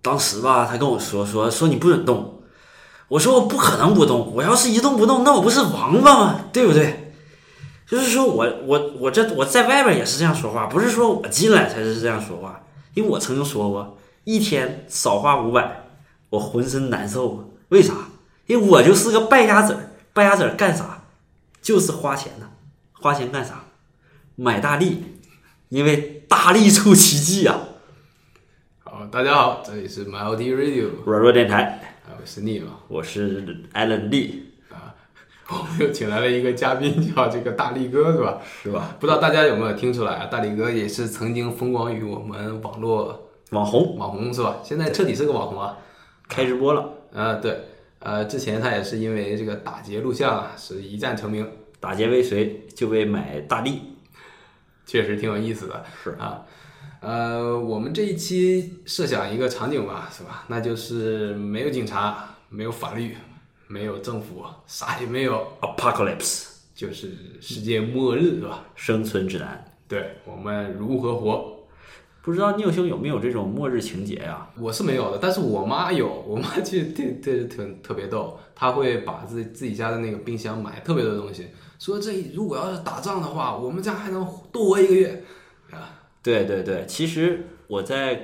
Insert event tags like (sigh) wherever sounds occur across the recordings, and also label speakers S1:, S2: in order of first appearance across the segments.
S1: 当时吧，他跟我说说说你不准动，我说我不可能不动，我要是一动不动，那我不是王八吗？对不对？就是说我我我这我在外边也是这样说话，不是说我进来才是这样说话，因为我曾经说过，一天少花五百，我浑身难受啊。为啥？因为我就是个败家子儿，败家子儿干啥？就是花钱呐、花钱干啥？买大力，因为大力出奇迹啊！
S2: 好，大家好，这里是 My OT Radio，
S1: 软弱电台，
S2: 啊， (laughs) 我是 n e i
S1: 我是 Allen Lee，
S2: 我们又请来了一个嘉宾，叫这个大力哥，是吧？
S1: 是吧？
S2: 不知道大家有没有听出来啊？大力哥也是曾经风光于我们网络
S1: 网红
S2: 网红，是吧？现在彻底是个网红啊。
S1: 开直播了，
S2: 呃，对，呃，之前他也是因为这个打劫录像啊，是一战成名，
S1: 打劫未遂就被买大力，
S2: 确实挺有意思的。
S1: 是
S2: 啊，呃，我们这一期设想一个场景吧，是吧？那就是没有警察，没有法律，没有政府，啥也没有，
S1: Apocalypse
S2: 就是世界末日，是吧？
S1: 生存指南。
S2: 对我们如何活？
S1: 不知道聂兄有没有这种末日情节呀、
S2: 我是没有的，但是我妈有。我妈其实特特特特别逗，她会把自己自己家的那个冰箱买特别多东西，说这如果要是打仗的话，我们家还能多活一个月。
S1: 对对对，其实我在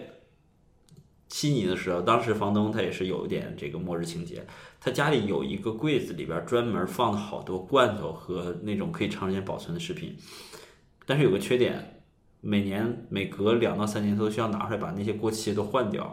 S1: 悉尼的时候，当时房东他也是有一点这个末日情节，他家里有一个柜子里边专门放了好多罐头和那种可以长时间保存的食品，但是有个缺点，每年每隔两到三年他都需要拿出来把那些过期的都换掉，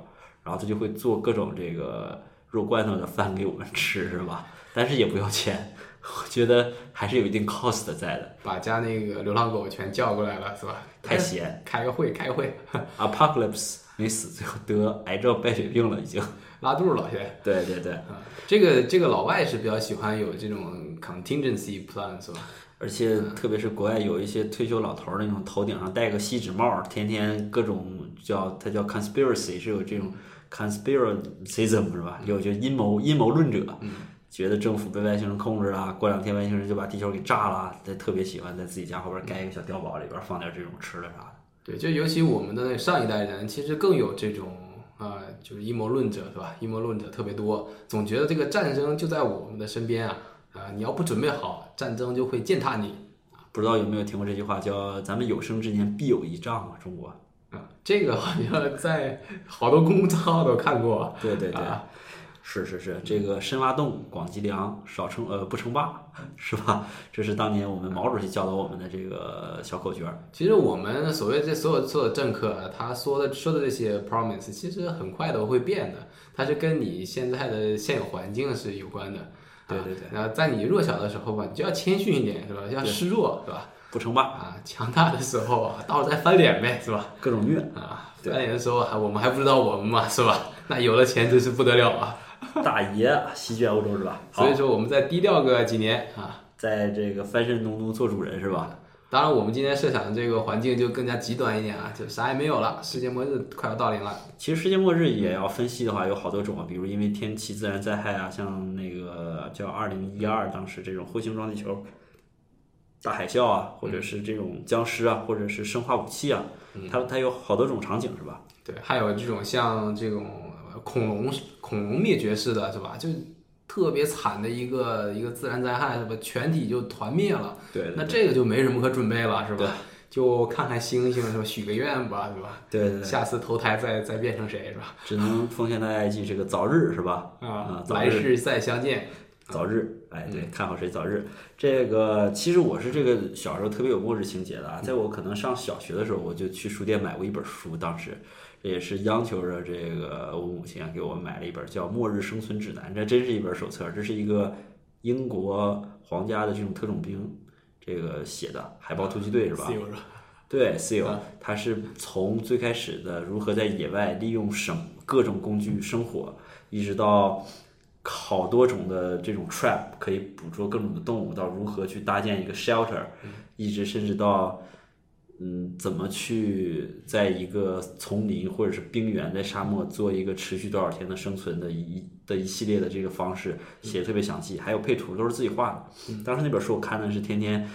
S1: 然后他就会做各种这个肉罐头的饭给我们吃，是吧？但是也不要钱， (laughs) 我觉得还是有一定 cost 在的，
S2: 把家那个流浪狗全叫过来了，是吧？ (laughs)
S1: 太闲。
S2: 开个会，开个会，
S1: Apocalypse 没死，最后得癌症败血病了已经。
S2: 拉肚了现在。
S1: 对对对，
S2: 啊，这个这个老外是比较喜欢有这种 contingency plan 是吧？
S1: 而且特别是国外有一些退休老头儿那种头顶上戴个锡纸帽，天天各种叫他叫 conspiracy 是有这种 conspiracism 是吧？有就阴谋阴谋论者，觉得政府被外星人控制啦，过两天外星人就把地球给炸啦，他特别喜欢在自己家后边盖一个小碉堡，里边放点这种吃的啥的。
S2: 对，就尤其我们的那上一代人，其实更有这种啊、呃就是阴谋论者，是吧？阴谋论者特别多，总觉得这个战争就在我们的身边啊，啊、你要不准备好，战争就会践踏你
S1: 不知道有没有听过这句话，叫“咱们有生之年必有一仗”啊，中国。
S2: 啊、这个好像在好多公众号都看过，
S1: 对对对，
S2: 啊
S1: 是是是，这个深挖洞，广积粮，少称呃不称霸， (laughs) 是吧？这是当年我们毛主席教导我们的这个小口诀儿。
S2: 其实我们所谓这所有所有政客啊，他说的说的这些 promise，其实很快都会变的，它是跟你现在的现有环境是有关的。
S1: 对对
S2: 对，然后在你弱小的时候吧，你就要谦逊一点，是吧？要示弱，是吧？
S1: 不称霸，
S2: 啊，强大的时候啊，到时候再翻脸呗，是吧？
S1: 各种虐，
S2: 啊，
S1: 对
S2: 翻脸的时候还我们还不知道我们嘛，是吧？ (laughs) 那有了钱真是不得了啊！
S1: 大爷席卷欧洲是吧？好
S2: 所以，说我们再低调个几年啊。
S1: 在这个翻身农奴做主人是吧？
S2: 当然，我们今天设想的这个环境就更加极端一点啊，就啥也没有了，世界末日快要到临了。
S1: 其实世界末日也要分析的话，有好多种啊，比如因为天气自然灾害啊，像那个叫二零一二当时这种彗星撞地球、大海啸啊，或者是这种僵尸啊，或者是生化武器啊，它它有好多种场景是吧？
S2: 对，还有这种像这种呃恐龙恐龙灭绝似的，是吧？就特别惨的一个一个自然灾害，是吧？全体就团灭了。
S1: 对对
S2: 那这个就没什么可准备了，是
S1: 对
S2: 吧？就看看星星，是吧？许个愿吧，是吧？
S1: 对对对，
S2: 下次投胎再再变成谁，是吧？
S1: 只能奉劝大家一句，这个早日是吧？
S2: 啊，
S1: 早
S2: 来
S1: 日
S2: 世再相见。
S1: 早日，哎，对，看好谁早日。这个其实我是这个小时候特别有末日情节的啊，在我可能上小学的时候，我就去书店买过一本书，当时这也是央求着这个我母亲啊给我买了一本叫《末日生存指南》，这真是一本手册，这是一个英国皇家的这种特种兵这个写的，海豹突击队是吧？
S2: See you，是吧？
S1: 对，SEAL，它是从最开始的如何在野外利用什各种工具生火，一直到好多种的这种 trap 可以捕捉各种的动物，到如何去搭建一个 shelter，一直甚至到嗯怎么去在一个丛林或者是冰原在沙漠做一个持续多少天的生存的一的一系列的这个方式写的特别详细，还有配图都是自己画的。当时那本书我看的是天天。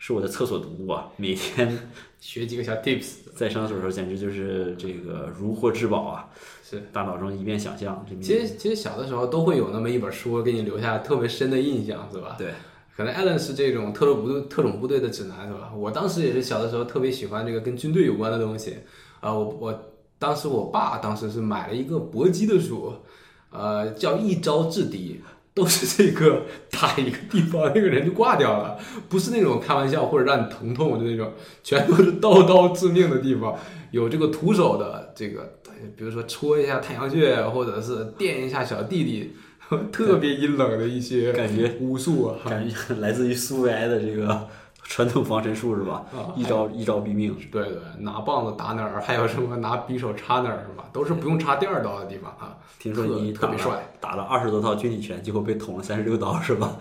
S1: 是我的厕所读物啊，每天
S2: 学几个小 tips。
S1: 在上厕所的时候简直就是这个如获至宝啊！
S2: 是。
S1: 大脑中一面想象。这面
S2: 其实其实小的时候都会有那么一本书给你留下特别深的印象，是吧？
S1: 对，
S2: 可能 Allen 是这种特种部队特种部队的指南，是吧？我当时也是小的时候特别喜欢这个跟军队有关的东西，啊、我我当时我爸当时是买了一个搏击的书，呃，叫一招制敌。 (laughs) 都是这个打一个地方，那个人就挂掉了，不是那种开玩笑或者让你疼痛的那种，全都是刀刀致命的地方。有这个徒手的，这个比如说戳一下太阳穴，或者是电一下小弟弟， (laughs) 特别阴冷的一些
S1: 感觉
S2: 武术啊，
S1: 感觉来自于苏维埃的这个传统防身术是吧？
S2: 啊
S1: 一招一招毙命。
S2: 对对，拿棒子打哪儿，还有什么拿匕首插哪儿是吧？都是不用插第二刀的地方啊。
S1: 听说
S2: 特
S1: 你
S2: 特
S1: 打
S2: 别帅
S1: 了，打了二十多套军体拳，结果被捅了三十六刀是吧？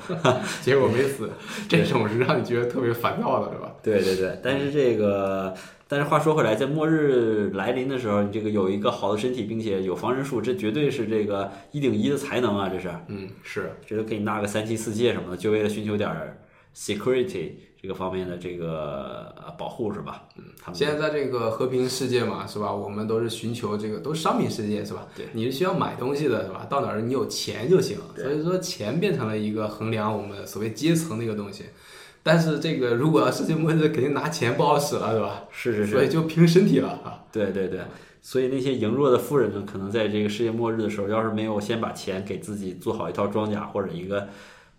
S2: 结果没死，这种是让你觉得特别烦躁的是吧？
S1: 对对对，但是这个，但是话说回来，在末日来临的时候，你这个有一个好的身体，并且有防身术，这绝对是这个一顶一的才能啊！这是，
S2: 嗯，是
S1: 觉得可以纳个三妻四妾什么的，就为了寻求点儿 security 这个方面的这个呃保护是吧？嗯，他们
S2: 现在在这个和平世界嘛，是吧？我们都是寻求这个，都是商品世界，是吧？
S1: 对，
S2: 你是需要买东西的，是吧？到哪儿你有钱就行。所以说，钱变成了一个衡量我们所谓阶层的一个东西。但是这个如果要世界末日，肯定拿钱不好使了，是吧？
S1: 是是
S2: 所
S1: 是，
S2: 以就凭身体了啊。
S1: 对对对。所以那些羸弱的富人呢，可能在这个世界末日的时候，要是没有先把钱给自己做好一套装甲或者一个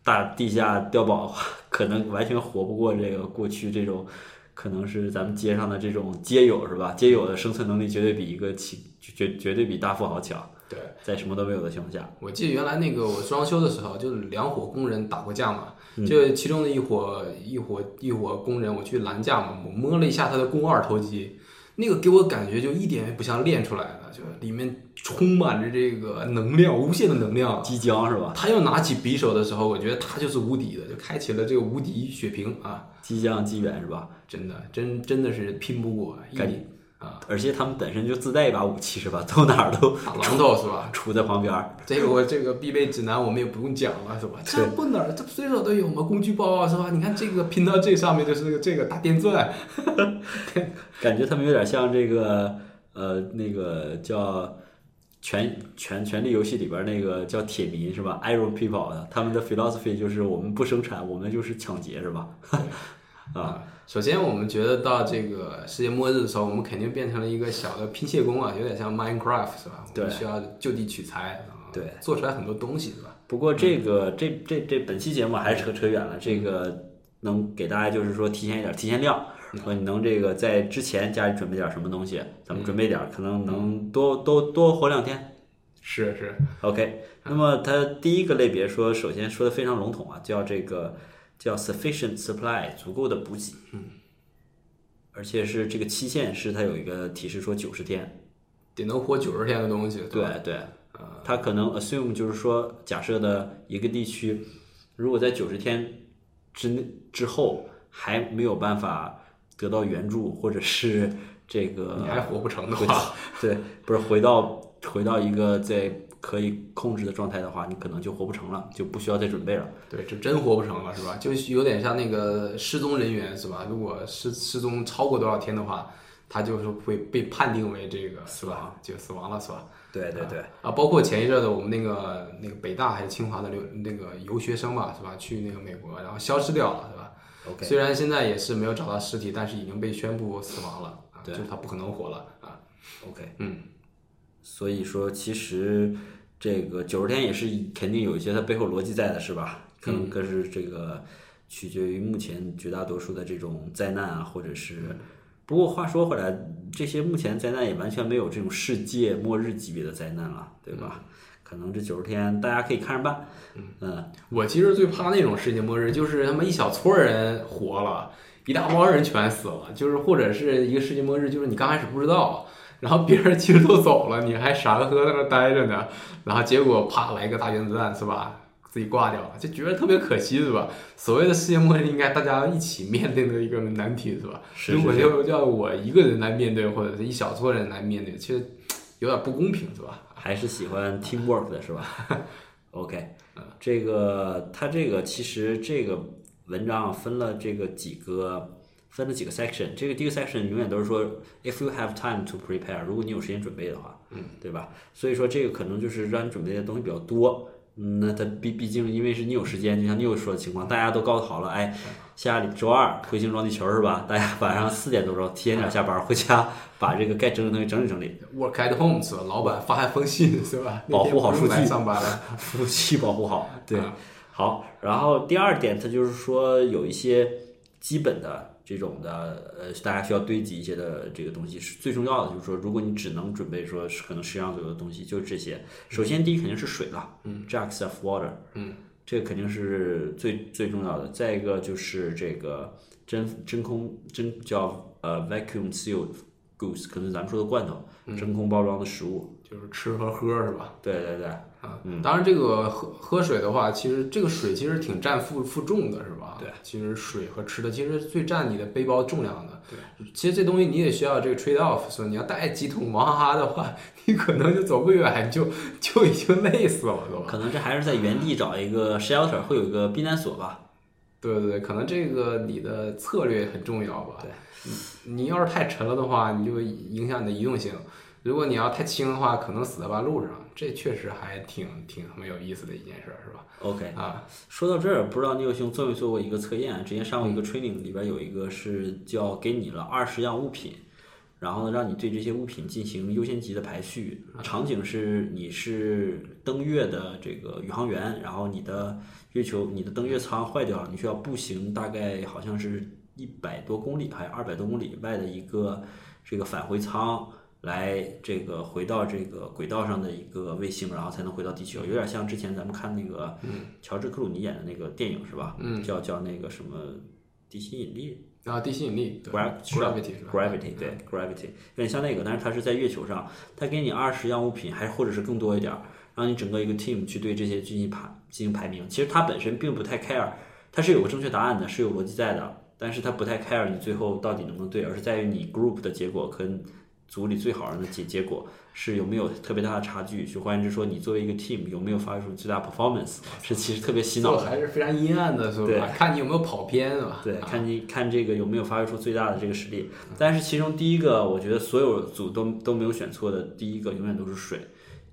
S1: 大地下碉堡，可能完全活不过这个过去这种，可能是咱们街上的这种街友是吧？街友的生存能力绝对比一个起绝绝对比大富豪强，
S2: 对，
S1: 在什么都没有的情况下，
S2: 我记得原来那个我装修的时候，就是两伙工人打过架嘛，
S1: 嗯
S2: 就其中的一伙一伙一伙工人，我去拦架嘛，我摸了一下他的肱二头肌，那个给我感觉就一点也不像练出来的，就是里面充满着这个能量，无限的能量。
S1: 即将是吧？
S2: 他要拿起匕首的时候，我觉得他就是无敌的，就开启了这个无敌血瓶啊！
S1: 即将即远是吧？
S2: 真的，真真的是拼不过，一
S1: 感
S2: 点啊，
S1: 而且他们本身就自带一把武器是吧？走哪儿都 (laughs)
S2: 大榔头是吧？
S1: 杵在旁边儿。
S2: (laughs) 这个我这个必备指南我们也不用讲了，是吧？
S1: 对
S2: 这不哪儿这随手都有嘛，工具包啊，是吧？你看这个拼到这上面就是这个大电钻，啊
S1: 感觉他们有点像这个呃那个叫权权权力游戏里边那个叫铁民是吧？Iron People 的，他们的 philosophy 就是我们不生产，我们就是抢劫是吧？ (laughs) 啊，
S2: 首先我们觉得到这个世界末日的时候，我们肯定变成了一个小的拼卸工啊，有点像 Minecraft 是吧？我
S1: 对
S2: 们需要就地取材，啊
S1: 对，
S2: 做出来很多东西是吧？
S1: 不过这个这这这本期节目还是扯扯远了，这个能给大家就是说提前一点提前量，说你能这个在之前家里准备点什么东西，咱们准备点儿，可能能多多多活两天。
S2: 是是，
S1: OK，那么它第一个类别说，首先说的非常笼统啊，叫这个叫 sufficient supply 足够的补给，嗯，而且是这个期限是它有一个提示说九十天，
S2: 得能活九十天的东西，
S1: 对啊
S2: 吧？
S1: 对，它可能 assume 就是说假设的一个地区，如果在九十天之内之后还没有办法得到援助或者是这个
S2: 你还活不成的
S1: 回
S2: 话，
S1: 到 (laughs) 对，不是回到回到一个在可以控制的状态的话，你可能就活不成了，就不需要再准备了。
S2: 对，这真活不成了，是吧？就是有点像那个失踪人员，是吧？如果失失踪超过多少天的话，他就是会被判定为这个，是吧？就死亡了，是吧？
S1: 对对对，
S2: 啊，包括前一阵子我们那个那个北大还是清华的留那个游学生吧，是吧？去那个美国，然后消失掉了，是吧
S1: OK
S2: 虽然现在也是没有找到尸体，但是已经被宣布死亡了，啊、
S1: 对
S2: 就是他不可能活了啊。
S1: OK，
S2: 嗯，
S1: 所以说其实这个九十天也是肯定有一些它背后逻辑在的，是吧？可能更是这个取决于目前绝大多数的这种灾难啊，或者是。不过话说回来，这些目前灾难也完全没有这种世界末日级别的灾难了，对吧？可能这九十天大家可以看着办。嗯，
S2: 我其实最怕那种世界末日，就是他妈一小撮人活了，一大帮人全死了，就是或者是一个世界末日，就是你刚开始不知道，然后别人其实都走了，你还傻呵呵在那待着呢，然后结果啪来一个大原子弹是吧？ (laughs) 自己挂掉了，就觉得特别可惜是吧？所谓的世界末日，应该大家一起面对的一个难题是吧？
S1: 是
S2: 如果
S1: 是是
S2: 就要我一个人来面对，或者是一小撮人来面对，其实有点不公平是吧？
S1: 还是喜欢 teamwork 的是吧 (laughs) ？OK，这个它这个其实这个文章啊分了这个几个分了几个 section，这个第一个 section 永远都是说 if you have time to prepare，如果你有时间准备的话，嗯，对吧？所以说这个可能就是让你准备的东西比较多。嗯那它毕毕竟因为是你有时间，就像你有说的情况，大家都告诉好了，哎，下礼周二回星撞地球是吧？大家晚上四点多钟提前点下班回家，把这个该整理东西整理整理，
S2: Work at home 是吧？老板发一封信是吧？那
S1: 保
S2: 天
S1: 护好
S2: 不用
S1: 数据
S2: 来上班了。
S1: (laughs) 服务器保护好。 (laughs) 对
S2: 啊，
S1: 好。然后第二点，它就是说有一些基本的这种的，呃，大家需要堆积一些的这个东西是最重要的。就是说，如果你只能准备说是可能十样左右的东西，就是这些。首先，第一肯定是水了，嗯，jugs of water，
S2: 嗯，
S1: 这个肯定是最最重要的。再一个就是这个真真空真叫呃 vacuum sealed goods，可能咱们说的罐头，真空包装的食物。
S2: 就是吃和喝是吧？
S1: 对对对，
S2: 啊，
S1: 嗯
S2: 当然这个喝喝水的话，其实这个水其实挺占负负重的，是吧？
S1: 对，
S2: 其实水和吃的其实最占你的背包重量的。对，其实这东西你也需要这个 trade off，说你要带几桶毛哈哈的话， (laughs) 你可能就走不远，就就已经累死了，都。
S1: 可能这还是在原地找一个 shelter，会有一个避难所吧。
S2: 对对对，可能这个你的策略很重要吧。
S1: 对
S2: 你，你要是太沉了的话，你就影响你的移动性；如果你要太轻的话，可能死在半路上。这确实还挺挺没有意思的一件事儿，是吧？
S1: OK，
S2: 啊，
S1: 说到这儿，不知道你有兄做没做过一个测验？之前上过一个 training，里边有一个是叫给你了二十样物品，然后呢让你对这些物品进行优先级的排序。场景是你是登月的这个宇航员，然后你的月球你的登月舱坏掉了，你需要步行大概好像是一百多公里还是二百多公里以外的一个这个返回舱。来，这个回到这个轨道上的一个卫星，然后才能回到地球，有点像之前咱们看那个乔治克鲁尼演的那个电影是吧？嗯，叫叫那个什么地心引力
S2: 然啊后地心引力对
S1: Gra- 是吧
S2: gravity 是吧？
S1: （Gravity），对，Gravity 有点像那个，但是它是在月球上，它给你二十样物品，还或者是更多一点儿，让你整个一个 team 去对这些进行排进行排名。其实它本身并不太 care，它是有个正确答案的，是有逻辑在的，但是它不太 care 你最后到底能不能对，而是在于你 group 的结果跟组里最好人的结结果是有没有特别大的差距。就换言之说，你作为一个 team 有没有发挥出最大 performance，是其实特别洗脑
S2: 做的还是非常阴暗的，是
S1: 对
S2: 吧？看你有没有跑偏，是吧？
S1: 对，
S2: 啊
S1: 看你看这个有没有发挥出最大的这个实力。但是其中第一个，我觉得所有组都都没有选错的，第一个永远都是水，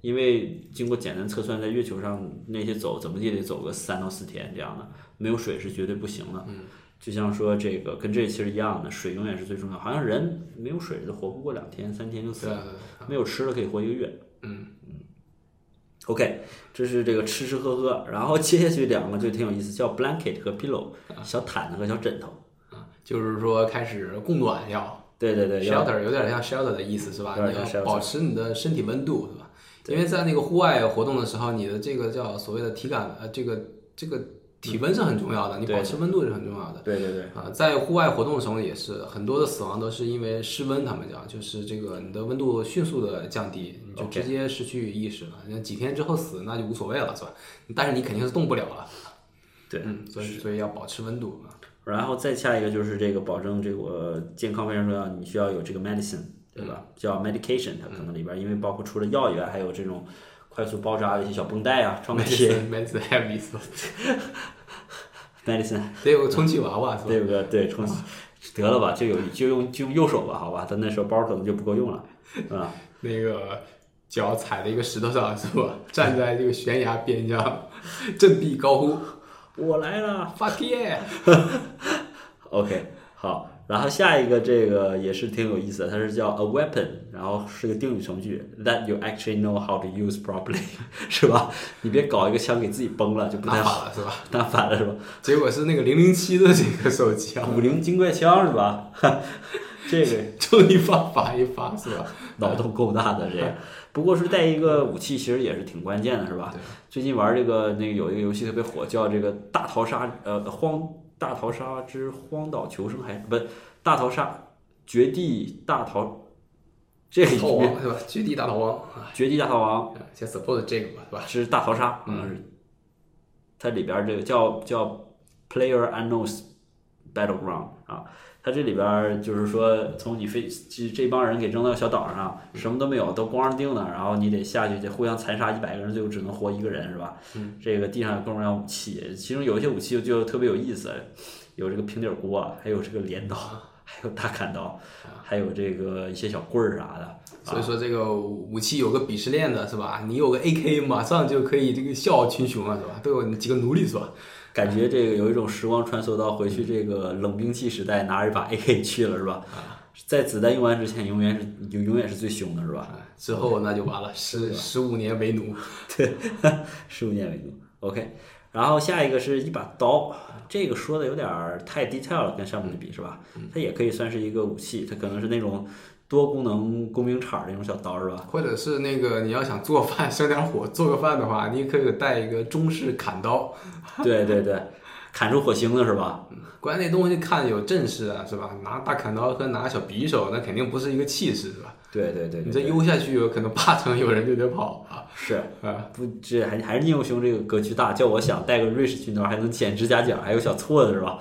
S1: 因为经过简单测算，在月球上那些走怎么也得走个三到四天这样的，没有水是绝对不行的。嗯，就像说这个跟这其实一样的，水永远是最重要。好像人没有水就活不过两天三天就死
S2: 对
S1: 了，
S2: 啊
S1: 没有吃的可以活一个月。
S2: 嗯
S1: OK，这是这个吃吃喝喝，然后接下去两个就挺有意思，叫 blanket 和 pillow，小
S2: 啊
S1: 毯子和小枕头。
S2: 对啊，就是说开始供暖要
S1: 对对对，要
S2: shelter，有点像 shelter 的意思是吧？
S1: 有点
S2: 你
S1: 像
S2: 要
S1: shelter
S2: 保持你的身体温度是吧？因为在那个户外活动的时候，你的这个叫所谓的体感呃，这个这个体温是很重要的，你
S1: 对
S2: 保持温度是很重要的。
S1: 对对对，
S2: 啊，在户外活动的时候也是很多的死亡都是因为失温，他们讲就是这个你的温度迅速的降低，你就
S1: OK
S2: 直接失去意识了。那几天之后死那就无所谓了，是吧？但是你肯定是动不了了，
S1: 对
S2: 嗯，所以所以要保持温度啊。
S1: 然后再下一个就是这个保证这个呃健康非常重要，你需要有这个 medicine，对吧？
S2: 嗯
S1: 叫 medication，它可能里边儿因为包括除了药以外，还有这种快速包扎的一些小绷带啊、创可贴
S2: medicine heavy 是吧？
S1: medicine，
S2: 得有个充气娃娃是吧？
S1: 对不对？对，冲
S2: 啊
S1: 得了吧，就有就用就用右手吧，好吧，但那时候包可能就不够用了，啊、
S2: 那个脚踩在一个石头上是吧？站在这个悬崖边上，振臂高呼
S1: 我来了。
S2: 发帖。
S1: OK，好，然后下一个这个也是挺有意思的，它是叫 a weapon，然后是个定语从句，that you actually know how to use properly，是 (laughs) 吧？你别搞一个枪给自己崩了，就 (laughs) 不
S2: 拿
S1: 太 (laughs) 好，
S2: 反了是吧？
S1: 打反了是吧？
S2: 结果是那个零零七的这个手机啊，
S1: 五菱精怪枪是吧？ (laughs) 这个
S2: 终于发发一发是吧？
S1: (laughs) 脑洞够大的这个，
S2: 嗯
S1: 不过是带一个武器其实也是挺关键的，是吧
S2: 对？
S1: 最近玩这个那个有一个游戏特别火，叫这个大逃杀，呃，荒大逃杀之荒岛求生还不大逃杀绝地大逃，这个
S2: 逃亡是吧？绝地大逃亡啊，
S1: 绝地大逃亡
S2: 先 support 这个吧，是吧？
S1: 之大逃杀，好像是它里边这个叫叫 Player Unknowns Battleground 啊，它这里边就是说从你飞这这帮人给扔到小岛上，什么都没有，都光着腚呢，然后你得下去得互相残杀一百个人，最后只能活一个人是吧？这个地上有各种各样的武器，其中有一些武器就特别有意思，有这个平底锅，还有这个镰刀，还有大砍刀，还有这个一些小棍儿啥的。
S2: 所以说这个武器有个鄙视链的是吧？你有个 AK，马上就可以这个笑傲群雄了啊是吧？都有几个奴隶是吧？
S1: 感觉这个有一种时光穿梭到回去这个冷兵器时代，拿着一把 AK 去了是吧？在子弹用完之前，永远是永永远是最凶的是吧？
S2: 啊，之后那就完了，十十五年为奴。
S1: 十五年为奴，OK。然后下一个是一把刀，这个说的有点儿太 detail 了，跟上面的比是吧？它也可以算是一个武器，它可能是那种多功能工兵铲儿那种小刀是
S2: (laughs)
S1: 吧？
S2: 啊或者是那个你要想做饭 (laughs) 生点火做个饭的话，你可以带一个中式砍刀，
S1: 对对对，砍出火星的是吧？
S2: 关键那东西看有阵势啊，是吧？拿大砍刀和拿小匕首，那肯定不是一个气势，是吧？
S1: 对对对，
S2: 你
S1: 对
S2: 这悠下去，可能八成有人就得跑啊。
S1: 是
S2: 啊，
S1: 不这还还是宁兄这个格局大，叫我想带个瑞士军刀，还能剪指甲甲，还有小锉子是吧？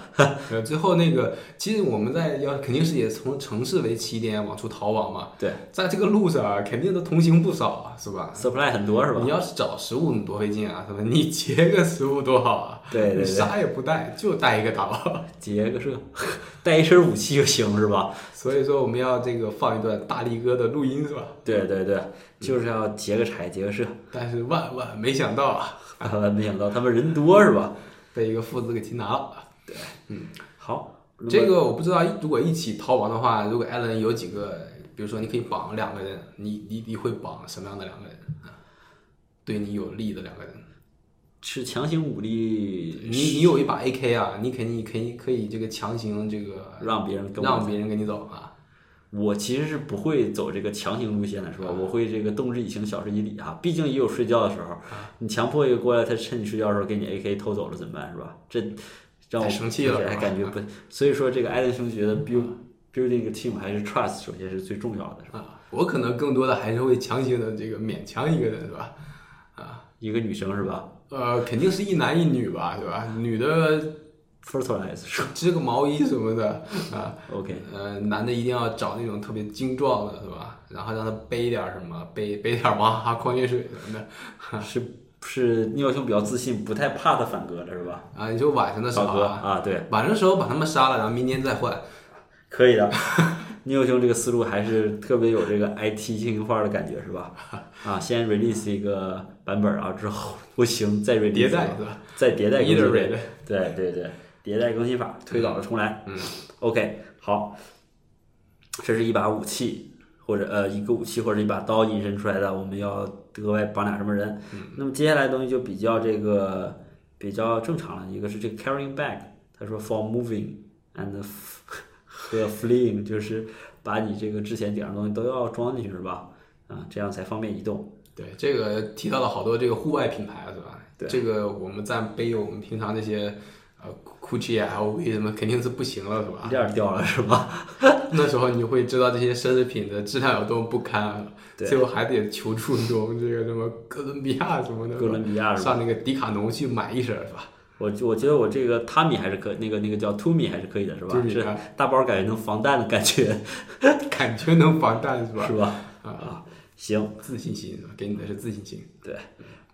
S2: 呃，最后那个，其实我们在要肯定是也从城市为起点往出逃亡嘛，
S1: 对
S2: 在这个路上啊肯定都同行不少啊，是吧？
S1: ，supply 很多是吧
S2: 你？要是找食物，你多费劲啊，是吧？你劫个食物多好啊，
S1: 对对
S2: (laughs) 你
S1: 对 (laughs)
S2: 啥也不带，就带一个刀。
S1: 结个社，带一身武器就行是吧？
S2: (laughs) 所以说我们要这个放一段大力哥的录音是吧？
S1: 对对对，就是要结个柴，结个社。
S2: 但是万万没想到啊，
S1: 呃没想到他们人多是吧？
S2: 被一个父子给擒拿了。
S1: 好，如果
S2: 这个我不知道，如果一起逃亡的话，如果艾伦有几个，比如说你可以绑两个人，你你你会绑什么样的两个人啊？对你有利的两个人，
S1: 是强行武力，
S2: 你你有一把 AK 啊，你肯定可以可以这个强行这个
S1: 让别人跟我。
S2: 让别人跟你走啊。
S1: 我其实是不会走这个强行路线的，是吧？
S2: 啊
S1: 我会这个动之以情，晓之以理啊。毕竟也有睡觉的时候，
S2: 啊
S1: 你强迫一个过来，他趁你睡觉的时候给你 AK 偷走了怎么办，是吧？这让我
S2: 太生气了啊
S1: 而且还感觉不。所以说，这个艾伦兄觉
S2: 嗯
S1: 得 build building 一个 team 还是 trust 首先是最重要的。
S2: 啊，我可能更多的还是会强行的这个勉强一个人是吧？啊，
S1: 一个女生是吧
S2: 呃，肯定是一男一女吧，是吧？女的
S1: ？fertilize 是吧
S2: 织个毛衣什么的啊，
S1: (laughs) OK，
S2: 呃，男的一定要找那种特别精壮的，是吧？然后让他背点儿什么，背背点儿娃 (laughs) 哈哈矿泉水什么的。
S1: 是是聂小兄比较自信，不太怕他反戈了是吧？
S2: 啊，你就晚上的时
S1: 小
S2: 候
S1: 哥
S2: 啊，
S1: 啊，对，
S2: 晚上的时候把他们杀了，然后明天再换。
S1: 可以的。 (laughs) 聂小兄这个思路还是特别有这个 IT 精英化的感觉是吧？啊，先 release 一个版本啊，之后不行再 release
S2: 迭代是吧
S1: 再迭代更新，
S2: ？iterate
S1: (laughs) 对对对，迭代更新法，推倒了重来。
S2: 嗯
S1: OK，好，这是一把武器，或者呃一个武器或者一把刀引申出来的，我们要额外绑俩什么人。那么接下来的东西就比较这个比较正常了，一个是这个 carrying bag，他说 for moving and (laughs) f- 和 fleeing，就是把你这个之前顶上的东西都要装进去是吧？啊，这样才方便移动。
S2: 对，这个提到了好多这个户外品牌，是吧？
S1: 对
S2: 这个我们在背我们平常那些呃 GUCCI 啊、LV 什么肯定是不行了，是吧？ (laughs)
S1: 链儿掉了是吧？
S2: 那时候你会知道这些奢侈品的质量有多么不堪啊，
S1: 对
S2: 最后还得求助这种这个什么哥伦比亚什么的，
S1: 哥伦比亚是吧？
S2: 上那个迪卡侬去买一身儿是吧？
S1: 我就我觉得我这个 Tami 还是可那个那个叫 Tumi 还是可以的，是吧？
S2: Tumi，
S1: 是
S2: 啊
S1: 大包感觉能防弹的感觉，
S2: (laughs) 感觉能防弹是吧？
S1: (laughs) 是吧？
S2: 啊，
S1: 啊，行，
S2: 自信心是吧？给你的是自信心。
S1: 对。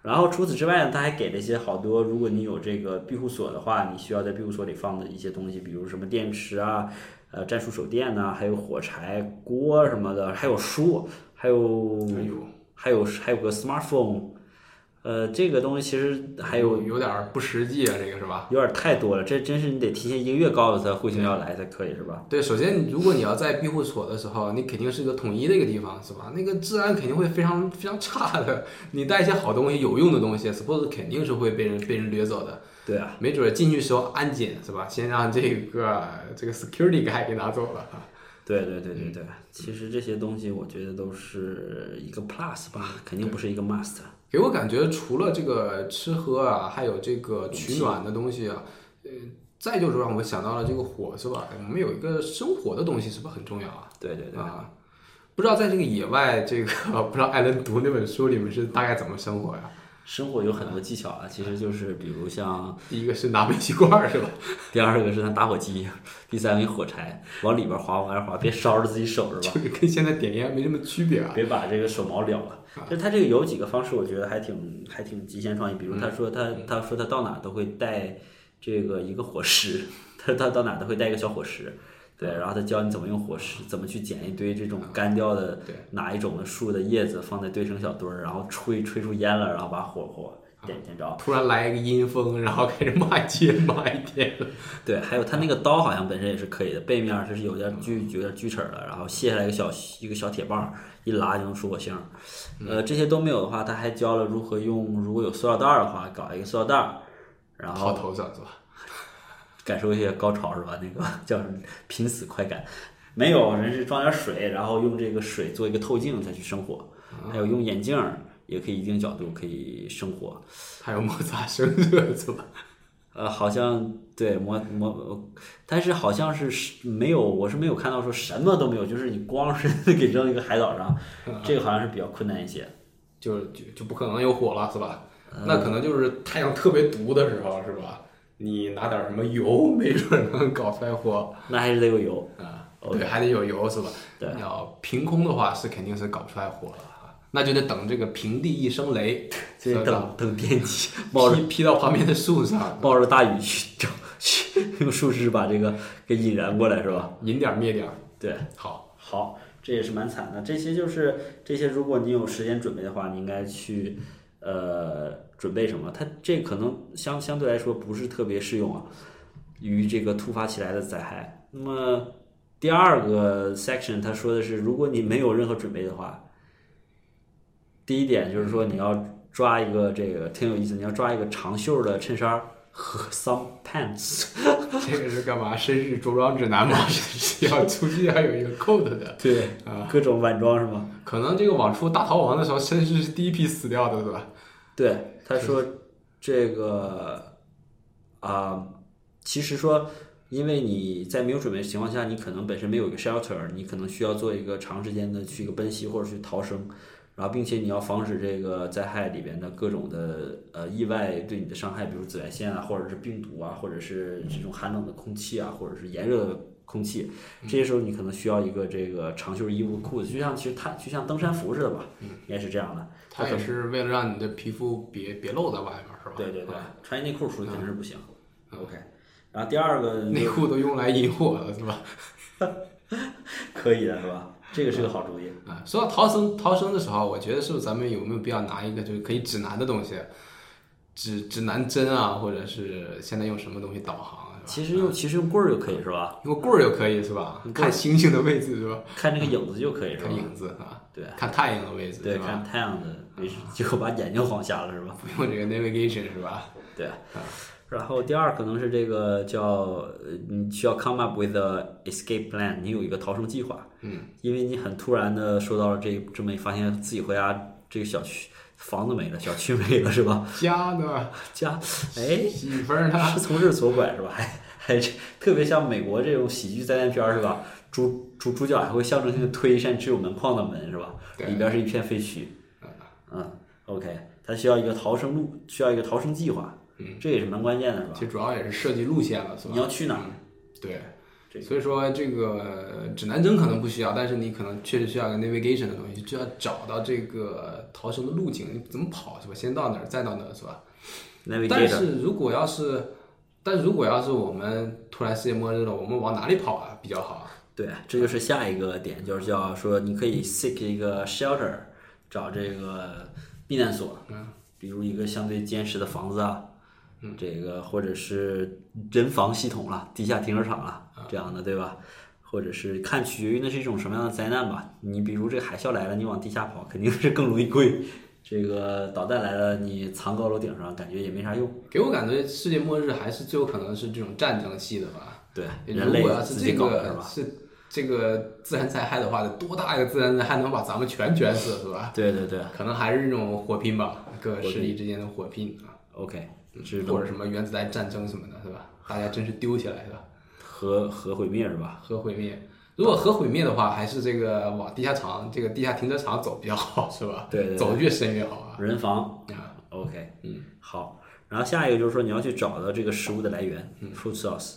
S1: 然后除此之外呢，他还给了一些好多，如果你有这个庇护所的话，你需要在庇护所里放的一些东西，比如什么电池啊，呃，战术手电呐、还有火柴、锅什么的，还有书，还有
S2: 哎呦，
S1: 还有还有个 smartphone，呃，这个东西其实还有
S2: 有点儿不实际啊，这个是吧？
S1: 有点太多了，这真是你得提前一个月告诉他彗星要来才可以，是吧？
S2: 对，首先如果你要在庇护所的时候，你肯定是一个统一的一个地方，是吧？那个治安肯定会非常非常差的。你带一些好东西、有用的东西，suppose 肯定是会被人被人掠走的。
S1: 对啊，
S2: 没准儿进去时候安检是吧？先让这个这个 security guy 给拿走了。
S1: 对对对对对，其实这些东西我觉得都是一个 plus 吧，肯定不是一个 must。
S2: 给我感觉，除了这个吃喝啊，还有这个取暖的东西啊，呃，再就是让我想到了这个火，是吧？我们有一个生火的东西，是不是很重要啊？
S1: 对对对，
S2: 啊，不知道在这个野外，这个 (laughs) 不知道艾伦读那本书里面是大概怎么生活呀、
S1: 生活有很多技巧啊，其实就是比如像
S2: 第一个是拿煤气罐儿是吧？
S1: 第二个是拿打火机，第三个用火柴往里边划往外划，别烧着自己手是吧？
S2: 这个跟现在点烟没什么区别啊。
S1: 别把这个手毛燎了。就是他这个有几个方式，我觉得还挺还挺极限创意。比如他
S2: 嗯
S1: 说他他说他 (laughs) 到哪都会带这个一个火石，他他到哪都会带一个小火石。
S2: 嗯
S1: 对，然后他教你怎么用火石，怎么去捡一堆这种干掉的
S2: 对
S1: 哪一种的树的叶子，放在堆成小堆儿，然后吹吹出烟了，然后把火火
S2: 嗯
S1: 点点着。
S2: 突然来一个阴风，然后开始骂街骂一天。
S1: (laughs) 对，还有他那个刀好像本身也是可以的，背面它是有点锯，有点锯齿儿的，然后卸下来一个小一个小铁棒儿，一拉就能出火星儿。呃，这些都没有的话，他还教了如何用，如果有塑料袋儿的话，搞一个塑料袋儿，然后
S2: 套头上是吧？
S1: 感受一些高潮是吧？那个 (laughs) 叫什么濒死快感？没有，人是装点水，然后用这个水做一个透镜再去生火，还有用眼镜儿也可以一定角度可以生火。
S2: 还有摩擦生热是吧？
S1: 呃，好像对磨磨，但是好像是是没有，我是没有看到说什么都没有，就是你光是 (laughs) 给扔一个海岛上，这个好像是比较困难一些。
S2: 就就就不可能有火了是吧？
S1: 嗯
S2: 那可能就是太阳特别毒的时候是吧？你拿点什么油，没准能搞出来火
S1: 那还是得有油，
S2: 啊。
S1: OK
S2: 对，还得有油是吧？
S1: 对
S2: 你要凭空的话是肯定是搞不出来火了啊，那就得等这个平地一声雷，
S1: (laughs) 所以
S2: 是吧
S1: 等等电梯冒着
S2: 劈劈到旁边的树上，
S1: 冒着大雨去找去用树枝把这个给引燃过来是吧？
S2: 引点儿灭点儿。
S1: 对。
S2: 好，
S1: 好，这也是蛮惨的。这些就是这些，如果你有时间准备的话，你应该去呃准备什么？它这可能相相对来说不是特别适用啊，于这个突发起来的灾害。那么第二个 section 他说的是，如果你没有任何准备的话，第一点就是说你要抓一个这个挺有意思，你要抓一个长袖的衬衫儿和 some pants。
S2: 这个是干嘛？绅士着装指南吗？ (laughs) 是要出去要有一个 code 的。
S1: 对，各种晚装是吗？
S2: 可能这个网出大逃亡的时候，绅士是第一批死掉的，是吧？
S1: 对，他说这个啊、其实说，因为你在没有准备的情况下，你可能本身没有一个 shelter，你可能需要做一个长时间的去一个奔袭或者去逃生，然后并且你要防止这个灾害里边的各种的呃意外对你的伤害，比如紫外线啊，或者是病毒啊，或者是这种寒冷的空气啊，或者是炎热的。空气，这些时候你可能需要一个这个长袖衣服、裤子，就像其实它就像登山服似的吧，应该是这样的。它
S2: 它也是为了让你的皮肤别别露在外面，是吧？嗯
S1: 对对对
S2: 啊，
S1: 穿内裤出去肯定是不行。OK，然后第二个
S2: 内裤都用来引火了，是吧？
S1: 可以的是吧？这个是个好主意。
S2: 啊，说到逃生逃生的时候，我觉得是不是咱们有没有必要拿一个就是可以指南的东西，指指南针啊，或者是现在用什么东西导航啊，是吧？
S1: 其实用其实用棍儿就可以是吧？
S2: 用个棍儿就可以是吧
S1: 棍？儿
S2: 看星星的位置是吧？
S1: 看这个影子就可以是吧
S2: 看？影子啊，
S1: 对，
S2: 看太阳的位置
S1: 对，
S2: 是吧？嗯
S1: 看太阳的位置， (laughs) 结果把眼睛晃瞎了是吧？
S2: 不用这个 navigation 是吧？
S1: 对。然后第二可能是这个叫呃你需要 come up with a escape plan，你有一个逃生计划。嗯，因为你很突然的收到了这这么一发现自己回家这个小区房子没了，小区没了是吧？ (laughs)
S2: 家呢？
S1: 家哎
S2: 媳妇儿呢？
S1: 是从这儿左拐是吧？还还这特别像美国这种喜剧灾难片儿是吧？主主主角还会象征性的推一扇只有门框的门是吧？
S2: 对
S1: 里边儿是一片废墟。嗯，OK，他需要一个逃生路，需要一个逃生计划，这也是蛮关键的是吧
S2: 其？实主要也是设计路线嗯了，是吧嗯
S1: 你？要去哪儿？
S2: 对
S1: 这，
S2: 所以说这个指南针可能不需要，但是你可能确实需要一个 navigation 的东西，就要找到这个逃生的路径，你怎么跑是吧？先到哪儿，再到哪儿是吧？但
S1: Navigator
S2: 是如果要是，但如果要是我们突然世界末日了，我们往哪里跑啊比较好啊？
S1: 对，这就是下一个点，就是叫说你可以 seek 一个 shelter，找这个避难所，嗯，比如一个相对坚实的房子啊，嗯，这个或者是人防系统了，地下停车场了，
S2: 嗯
S1: 这样的对吧？或者是看取决于那是一种什么样的灾难吧。你比如这个海啸来了，你往地下跑肯定是更容易跪；这个导弹来了，你藏高楼顶上感觉也没啥用。
S2: 给我感觉世界末日还是最有可能是这种战争系的吧？
S1: 对，人
S2: 哎如
S1: 类
S2: 果要是
S1: 自
S2: 这
S1: 己搞的是
S2: 个
S1: 吧？
S2: 是这个自然灾害的话，得多大一个自然灾害能把咱们全卷死是吧？
S1: 对对对
S2: 可能还是那种火拼吧，各个势力之间的火拼啊，
S1: ，OK，
S2: 嗯
S1: 是
S2: 或者什么原子弹战争什么的，是吧？大家真是丢起来是吧？
S1: 核核毁灭是吧？
S2: 核毁灭，如果核毁灭的话，还是这个往地下场这个地下停车场走比较好，是吧？
S1: 对对对
S2: 走越深越好啊。
S1: 人防
S2: 啊，
S1: OK，
S2: 嗯，
S1: 好。然后下一个就是说你要去找到这个食物的来源、f o
S2: 嗯
S1: o d source。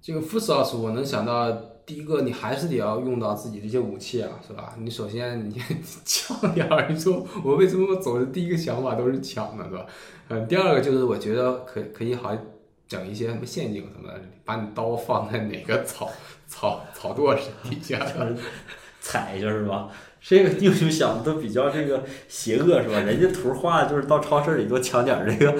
S2: 这个 f o o d source 我能想到第一个，你还是得要用到自己的一些武器啊，是吧？你首先你 (laughs) 抢点儿，你说我呃为什么我总是第一个想法都是抢呢，是吧？嗯，第二个就是我觉得可可以好整一些什么陷阱什么的，把你刀放在哪个草草草垛底下，
S1: 就是 (laughs) 踩一下是吧？这个英雄想的都比较这个邪恶是吧？人家图画的就是到超市里多抢点儿这个，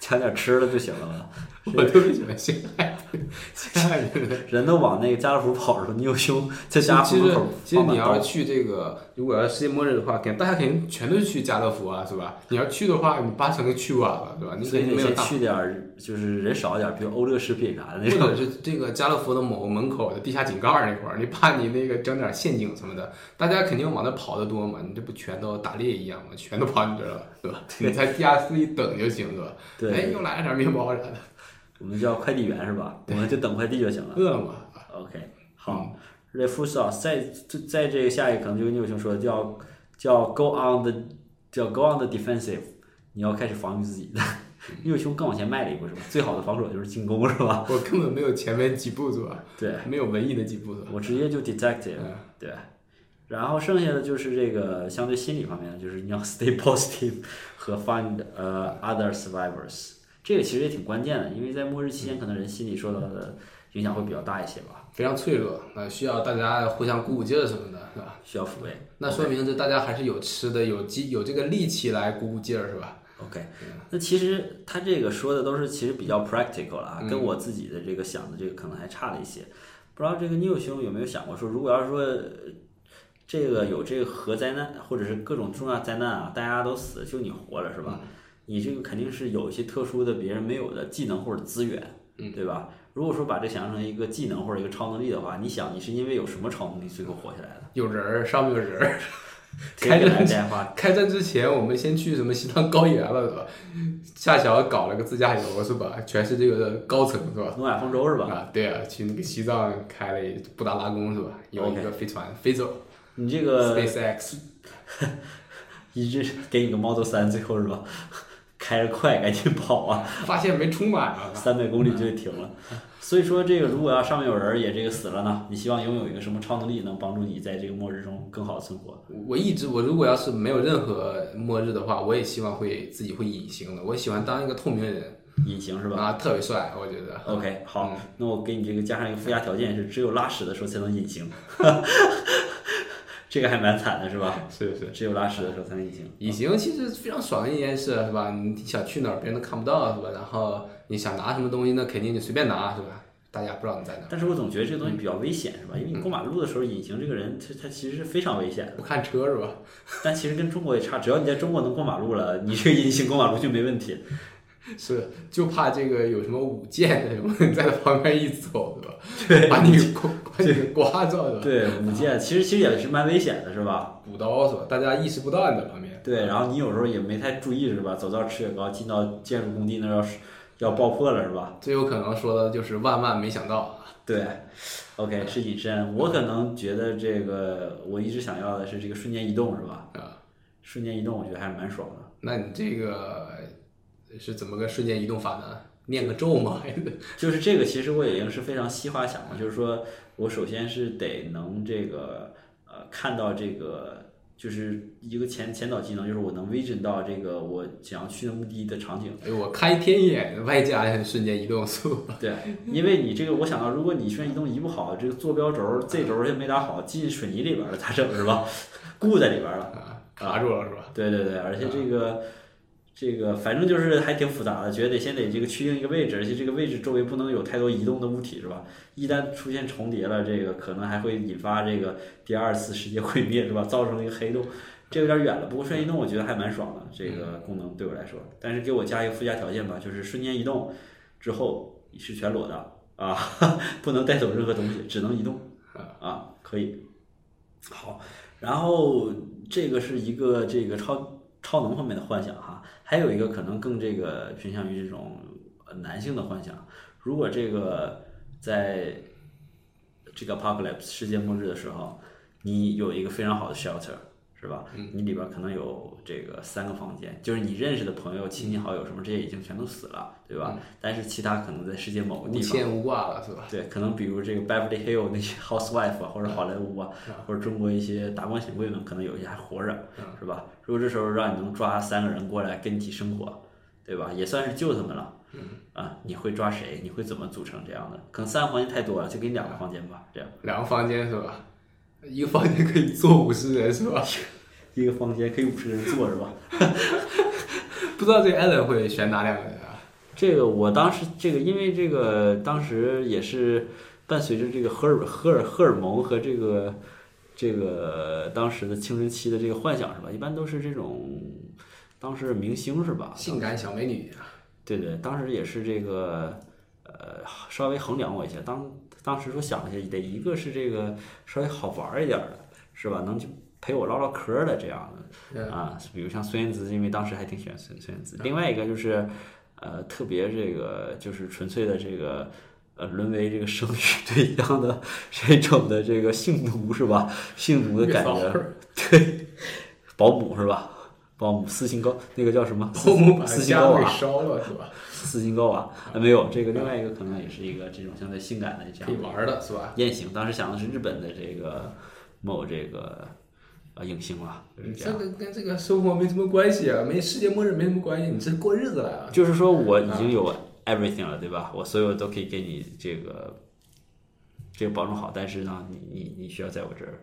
S1: 抢点儿吃的就行了嘛。
S2: 我特别喜欢陷害 (laughs) 陷害人的。
S1: 人都往那个家乐福跑的时候，你有凶在
S2: 其
S1: 家乐福门
S2: 实
S1: 口
S2: 其实
S1: 放把
S2: 你要
S1: 刀
S2: 是去这个，如果要世界末日的话，肯大家肯定全都去家乐福啊，是吧？你要去的话，你八成就去晚了，对吧？啊你
S1: 所
S2: 肯
S1: 以
S2: 定
S1: 得
S2: 没
S1: 先
S2: 有大。
S1: 去点儿，就是人少点儿，比如欧乐食品啥的那
S2: 或
S1: 种。
S2: 者是这个家乐福的某个门口的地下井盖儿那块儿，你怕你那个整点陷阱什么的，大家肯定往那跑得多嘛，你这不全都打猎一样嘛，全都跑你这儿了，对吧？你在地下室一等就行，对吧？哎，
S1: 对，
S2: 又来了点面包啥的，
S1: 我们叫快递员是吧？我们就等快递就行了。
S2: 饿了么
S1: OK，好。r
S2: 嗯
S1: e f u s a 在在在这个下一个可能就跟你有兄说的叫叫 go on the 叫 go on the defensive，你要开始防御自己的。 (laughs) 右胸更往前迈了一步是吧？最好的防守就是进攻是吧？
S2: 我根本没有前面几步是吧？
S1: 啊对，
S2: 没有文艺的几步是吧？
S1: 我直接就 detective，
S2: 嗯
S1: 对。然后剩下的就是这个相对心理方面的，就是你要 (laughs) stay positive 和 find 呃 other survivors。这个其实也挺关键的，因为在末日期间，可能人心理受到的影响会比较大一些吧，
S2: 非常脆弱，那需要大家互相鼓鼓劲儿什么的，是吧？
S1: 需要抚慰。
S2: 那说明这大家还是有吃的，有机有这个力气来鼓鼓劲儿，是吧？
S1: OK，那
S2: 嗯
S1: 其实他这个说的都是其实比较 practical 了啊，
S2: 嗯
S1: 跟我自己的这个想的这个可能还差了一些。不知道这个 New 兄有没有想过说，如果要是说呃这个有这个核灾难或者是各种重大灾难啊，大家都死了，就你活了是吧？
S2: 嗯
S1: 你这个肯定是有一些特殊的别人没有的技能或者资源，
S2: 嗯
S1: 对吧？如果说把这想象成一个技能或者一个超能力的话，你想你是因为有什么超能力最后活下来的？
S2: 有人儿，上面有人儿。
S1: 谁
S2: (laughs) 开
S1: 给大
S2: 战
S1: 家话，
S2: 开战之前，我们先去什么西藏高原了，是吧？恰巧搞了个自驾游，是吧？全是这个高层，是吧？
S1: 诺亚方舟是吧？
S2: 啊，对啊，去那个西藏开了一布达拉宫，是吧？有一个飞船飞走
S1: 你这个
S2: ，SpaceX
S1: 一直给你个 Model 三，最后是吧？ (laughs) 开着快，赶紧跑
S2: (laughs)
S1: 啊！
S2: 发现没充满啊，
S1: 三百公里就得停了。所以说，这个如果要上面有人也这个死了呢，你希望拥有一个什么超能力，能帮助你在这个末日中更好的存活？
S2: 我一直，我如果要是没有任何末日的话，我也希望会自己会隐形的。我喜欢当一个透明人，
S1: 隐形是吧
S2: 啊，特别帅，我觉得。
S1: ？OK，好，那我给你这个加上一个附加条件是，只有拉屎的时候才能隐形。 (laughs) 这个还蛮惨的是吧？
S2: 是是，
S1: 只有拉屎的时候才能隐形。
S2: 隐形其实非常爽的一件事，是吧？你想去哪儿，别人都看不到，是吧？然后你想拿什么东西，那肯定就随便拿，是吧？大家不知道你在哪儿。
S1: 但是我总觉得这个东西比较危险是吧？因为你过马路的时候，隐形这个人他他其实是非常危险的。
S2: 不看车是吧？ (laughs)
S1: (laughs) 但其实跟中国也差，只要你在中国能过马路了，你这个隐形过马路就没问题。
S2: 是，就怕这个有什么舞剑啊的什么，你在旁边一走，是吧？对，把你给刮把你给刮着，是吧？
S1: 对，舞剑其实其实也是蛮危险的，是吧？
S2: 补刀是吧？大家意识不到你在旁边。
S1: 对，然后你有时候也没太注意，是吧？走到吃雪糕，进到建筑工地那儿要是要爆破了，是吧？
S2: 最有可能说的就是万万没想到，
S1: 对，OK 是隐身。我可能觉得这个我一直想要的是这个瞬间移动，是吧？
S2: 啊，
S1: 瞬间移动我觉得还是蛮爽的。
S2: 那你这个是怎么个瞬间移动法呢？念个咒吗？还是
S1: 就是这个，其实我已经是非常西化想了，就是说我首先是得能这个呃看到这个，就是一个前前导技能，就是我能 vision 到这个我想要去的目的地的场景。
S2: 哎呦，我开天眼外加瞬间移动速，
S1: 对，因为你这个，我想到，如果你瞬间移动移不好，这个坐标轴这轴就没打好，进水泥里边了，咋整是吧？ (laughs) 固在里边了。
S2: 啊，卡住了是吧？嗯
S1: 对对对，而且这个这个反正就是还挺复杂的，觉得得先得这个确定一个位置，而且这个位置周围不能有太多移动的物体是吧？一旦出现重叠了，这个可能还会引发这个第二次世界毁灭是吧？造成一个黑洞。这有点远了，不过瞬间移动我觉得还蛮爽的，这个
S2: 嗯
S1: 功能对我来说。但是给我加一个附加条件吧，就是瞬间移动之后是全裸的啊， (laughs) 不能带走任何东西，只能移动啊，可以。好，然后这个是一个这个超超能方面的幻想哈，还有一个可能更这个偏向于这种呃男性的幻想。如果这个在这个 apocalypse 世界末日的时候，你有一个非常好的 shelter，是吧？你里边可能有这个三个房间，就是你认识的朋友、亲戚好友什么这些已经全都死了，对吧？但是其他可能在世界某个
S2: 无
S1: 地方。
S2: 牵无挂了是吧？
S1: 对，可能比如这个 Beverly Hill 那些 housewife 啊，或者好莱坞啊，或者中国一些达官显贵们，可能有一些还活着，是吧？如果这时候让你能抓三个人过来跟你一起生活，对吧？也算是救他们了。啊，你会抓谁？你会怎么组成这样的？可能三个房间太多了，就给你两个房间吧，这样
S2: 两个房间是吧？一个房间可以坐五十人是吧？
S1: 一个房间可以五十人坐是吧？
S2: 不知道这个 Allen 会选哪两个人啊？
S1: 这个我当时这个，因为这个当时也是伴随着这个荷尔荷尔荷尔蒙和这个这个当时的青春期的这个幻想是吧？一般都是这种当时明星是吧？
S2: 性感小美女啊，
S1: 对对，当时也是这个呃稍微衡量我一下，当当时说想一下，得一个是这个稍微好玩儿一点儿的是吧？能去陪我唠唠嗑儿的这样的。
S2: 嗯
S1: 啊，比如像孙燕姿，因为当时还挺喜欢孙孙燕姿。另外一个就是，呃，特别这个就是纯粹的这个，呃，沦为这个生育对象的这种的这个性奴是吧？性奴的感
S2: 月嫂
S1: 觉，对，保姆是吧？保姆私心高，那个叫什么？ (laughs)
S2: 保姆把
S1: 私心高
S2: 家给
S1: 娃，
S2: 烧了是吧？
S1: 私心高娃。啊，没有这个，另外一个可能也是一个这种相对性感的这样
S2: 可以玩的是吧？
S1: 艳行。当时想的是日本的这个某这个呃影星了，就是这样
S2: 这。个跟这个生活没什么关系啊，没世界末日没什么关系，你这过日子来了。
S1: 就是说我已经有 everything 了，对吧？我所有都可以给你这个这个保证好，但是呢，你你你需要在我这儿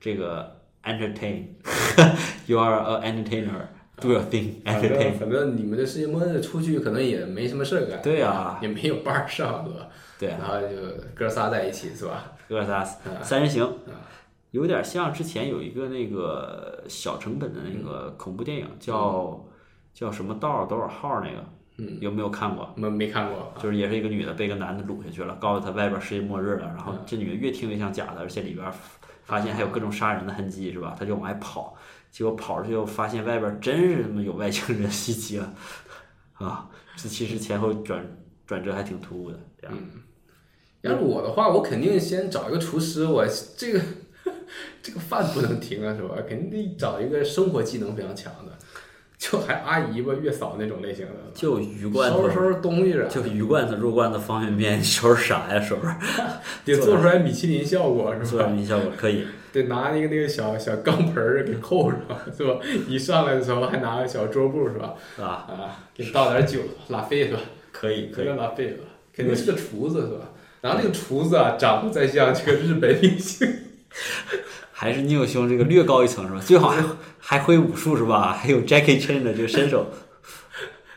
S1: 这个 (laughs) entertain，you are a entertainer，do your thing，entertain
S2: 反。正反正你们这世界末日出去可能也没什么事儿干，
S1: 对啊，
S2: 也没有班儿上是吧？
S1: 对啊，
S2: 然后就哥仨在一起是吧？
S1: 哥仨三人行，有点像之前有一个那个小成本的那个恐怖电影，叫叫什么多少多少号那个，
S2: 嗯，
S1: 有没有看过？
S2: 没没看过，
S1: 就是也是一个女的被一个男的掳下去了，告诉她外边世界末日了。然后这女的越听越像假的，而且里边发现还有各种杀人的痕迹，是吧？她就往外跑，结果跑出去又发现外边真是他妈有外星人袭击了，啊！这其实前后转转折还挺突兀的，这样。
S2: 要是我的话，我肯定先找一个厨师，我这个这个饭不能停啊，是吧？肯定得找一个生活技能非常强的，就还阿姨吧、月嫂那种类型的，
S1: 就鱼罐
S2: 收
S1: 头，
S2: 拾收拾东西啊，
S1: 就鱼罐头、肉罐头、方便面，你收拾啥呀？收拾
S2: 得做出来米其林效果是
S1: 做
S2: 吧？
S1: 点效果可以。
S2: 得拿那个那个小小钢盆儿给扣上是吧？一上来的时候还拿个小桌布是吧？
S1: 啊，
S2: 啊，给倒点酒，拉菲是吧？
S1: 可以可
S2: 可
S1: 以
S2: 以，拉菲是吧？肯定是个厨子是吧？然后那个厨子啊，长得再像这个日本明星，
S1: 还是你有兄这个略高一层是吧？最好还还会武术是吧？还有 Jackie Chan 的这个身手，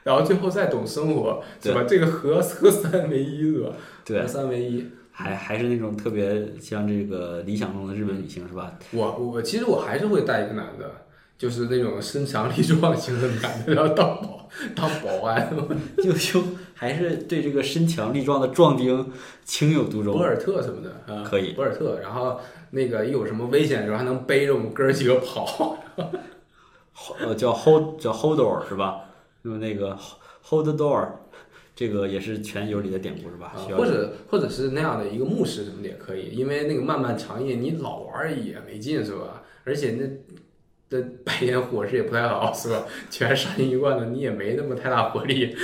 S2: 然后最后再懂生活是吧？这个合合三为一是吧？
S1: 对
S2: 合，三为一。
S1: 还还是那种特别像这个理想中的日本女性是吧？
S2: 我我其实我还是会带一个男的，就是那种身强力壮型的男的，然后当保当保安，
S1: 就就还是对这个身强力壮的壮丁情有独
S2: 博
S1: 钟，
S2: 尔特什么的啊，
S1: 可以
S2: 博尔特。然后那个一有什么危险的时候，还能背着我们哥儿几个跑。
S1: 呃，叫 hold 叫 hold door 是吧？那么那个 hold the door，这个也是全游里的典故是吧？
S2: 啊
S1: 需，要
S2: 或者或者是那样的一个牧师什么的也可以，因为那个漫漫长夜你老玩儿也没劲是吧？而且那那白天伙食也不太好是吧？全是山一贯的，你也没那么太大活力。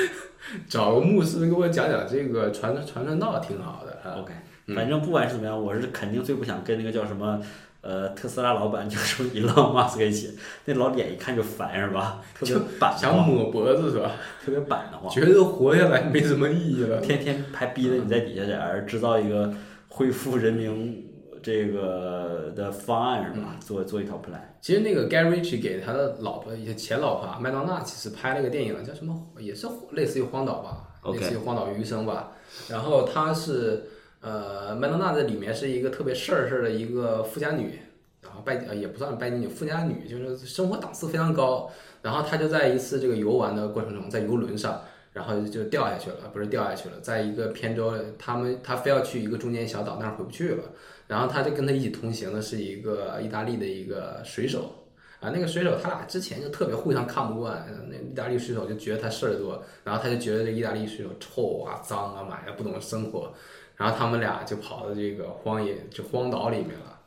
S2: 找个牧师给我讲讲这个传传传道挺好的啊。
S1: 呃 OK，
S2: 嗯
S1: 反正不管是怎么样，我是肯定最不想跟那个叫什么。呃，特斯拉老板叫什么伊朗马斯克一起，那老脸一看就烦是吧？特别板的
S2: 想
S1: 慌，
S2: 抹脖子是吧？
S1: 特别板的慌。
S2: 觉得活下来没什么意义了。
S1: 天天还逼着你在底下在那儿制造一个恢复人民这个的方案是吧？做做一套 plan，
S2: 其实那个 Gary Ritchie 给他的老婆，也前老婆啊麦当娜，其实拍了个电影叫什么，也是类似于荒岛吧
S1: OK
S2: 类似于荒岛余生吧。然后她是呃，麦当娜在里面是一个特别事儿事儿的一个富家女，然后拜呃也不算拜金女，富家女就是生活档次非常高。然后她就在一次这个游玩的过程中，在游轮上，然后就掉下去了，不是掉下去了，在一个偏州，他们她非要去一个中间小岛，但是回不去了。然后她就跟她一起同行的是一个意大利的一个水手。啊，那个水手他俩之前就特别互相看不惯，那意大利水手就觉得他事儿多，然后他就觉得这个意大利水手臭啊、脏啊、买啊、不懂生活，然后他们俩就跑到这个荒野，就荒岛里面了，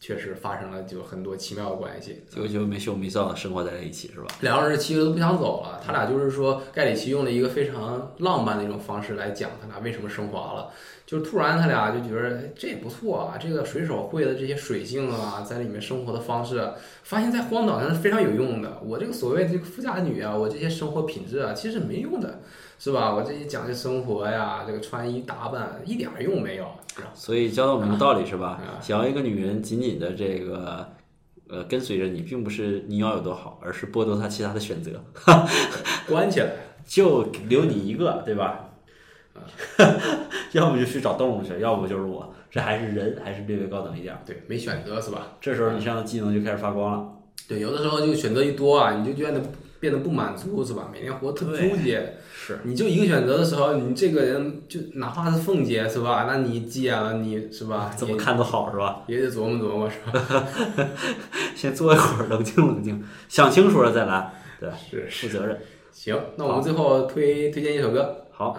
S2: 确实发生了就很多奇妙的关系。
S1: 就就没羞没臊的生活在一起是吧？
S2: 两个人其实都不想走了，他俩就是说，盖里奇用了一个非常浪漫的一种方式来讲他俩为什么升华了，就是突然他俩就觉得，哎，这也不错啊，这个水手会的这些水性啊，在里面生活的方式啊，发现在荒岛上是非常有用的。我这个所谓的这个富家女啊，我这些生活品质啊，其实没用的，是吧？我这些讲究生活呀，这个穿衣打扮一点儿用没有。
S1: 所以教到我们的 (laughs) 道理是吧
S2: 啊？
S1: 想要一个女人紧紧的这个呃跟随着你，并不是你要有多好，而是剥夺她其他的选择，
S2: 关起来，
S1: 就留你一个，对吧？嗯 (laughs) 要不就去找动物去，要不就是我，这还是人，还是略微高等一点儿。
S2: 对，没选择是吧？
S1: 这时候你身上的技能就开始发光了。
S2: 对，有的时候就选择一多啊，你就变得变得不满足是吧？每天活得特
S1: 对
S2: 纠结。
S1: 是，
S2: 你就一个选择的时候，你这个人就哪怕是凤姐是吧？那你急眼了，你是吧？
S1: 怎么看都好是吧？
S2: 也也得琢磨琢磨是吧？
S1: (laughs) 先坐一会儿，冷静冷静，想清楚了再来。对，
S2: 是
S1: 负责任。
S2: 行，那我们最后推推荐一首歌，
S1: 好，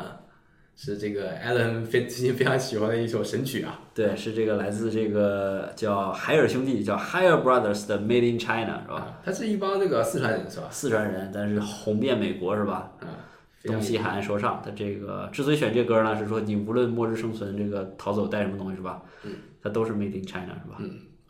S2: 是这个 Alan 非最近非常喜欢的一首神曲啊。
S1: 对，是这个来自这个叫海尔兄弟，叫 Higher Brothers 的 Made in China 是吧？
S2: 啊，他是一帮这个四川人是吧？
S1: 四川人，但是红遍美国是吧？
S2: 啊，非常
S1: 东西海岸说唱，他这个之所以选这歌呢，是说你无论末日生存，这个逃走带什么东西是吧？嗯，它都是 Made in China 是吧？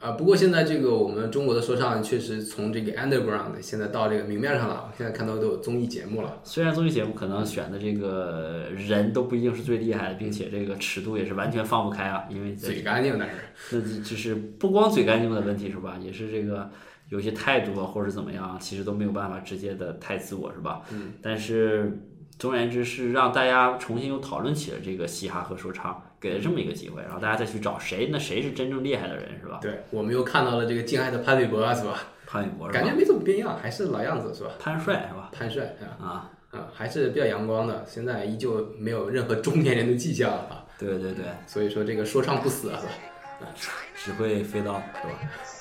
S2: 啊，不过现在这个我们中国的说唱确实从这个 underground 现在到这个明面上了，我现在看到都有综艺节目了。
S1: 虽然综艺节目可能选的这个人都不一定是最厉害的，并且这个尺度也是完全放不开啊，因为
S2: 嘴干净，但是
S1: 那就是不光嘴干净的问题是吧？也是这个有些态度啊，或者是怎么样，其实都没有办法直接的太自我是吧？嗯。但是总而言之是让大家重新又讨论起了这个嘻哈和说唱，给了这么一个机会，然后大家再去找谁，那谁是真正厉害的人是吧？
S2: 对我们又看到了这个敬爱的潘玮柏啊，是吧？
S1: 潘玮柏是
S2: 感
S1: 吧？
S2: 觉没怎么变样，还是老样子是吧？
S1: 潘帅是吧？
S2: 潘帅啊
S1: 啊，
S2: 啊，还是比较阳光的，现在依旧没有任何中年人的迹象啊。
S1: 对对对，
S2: 所以说这个说唱不死啊，是吧？
S1: 只会飞刀是吧？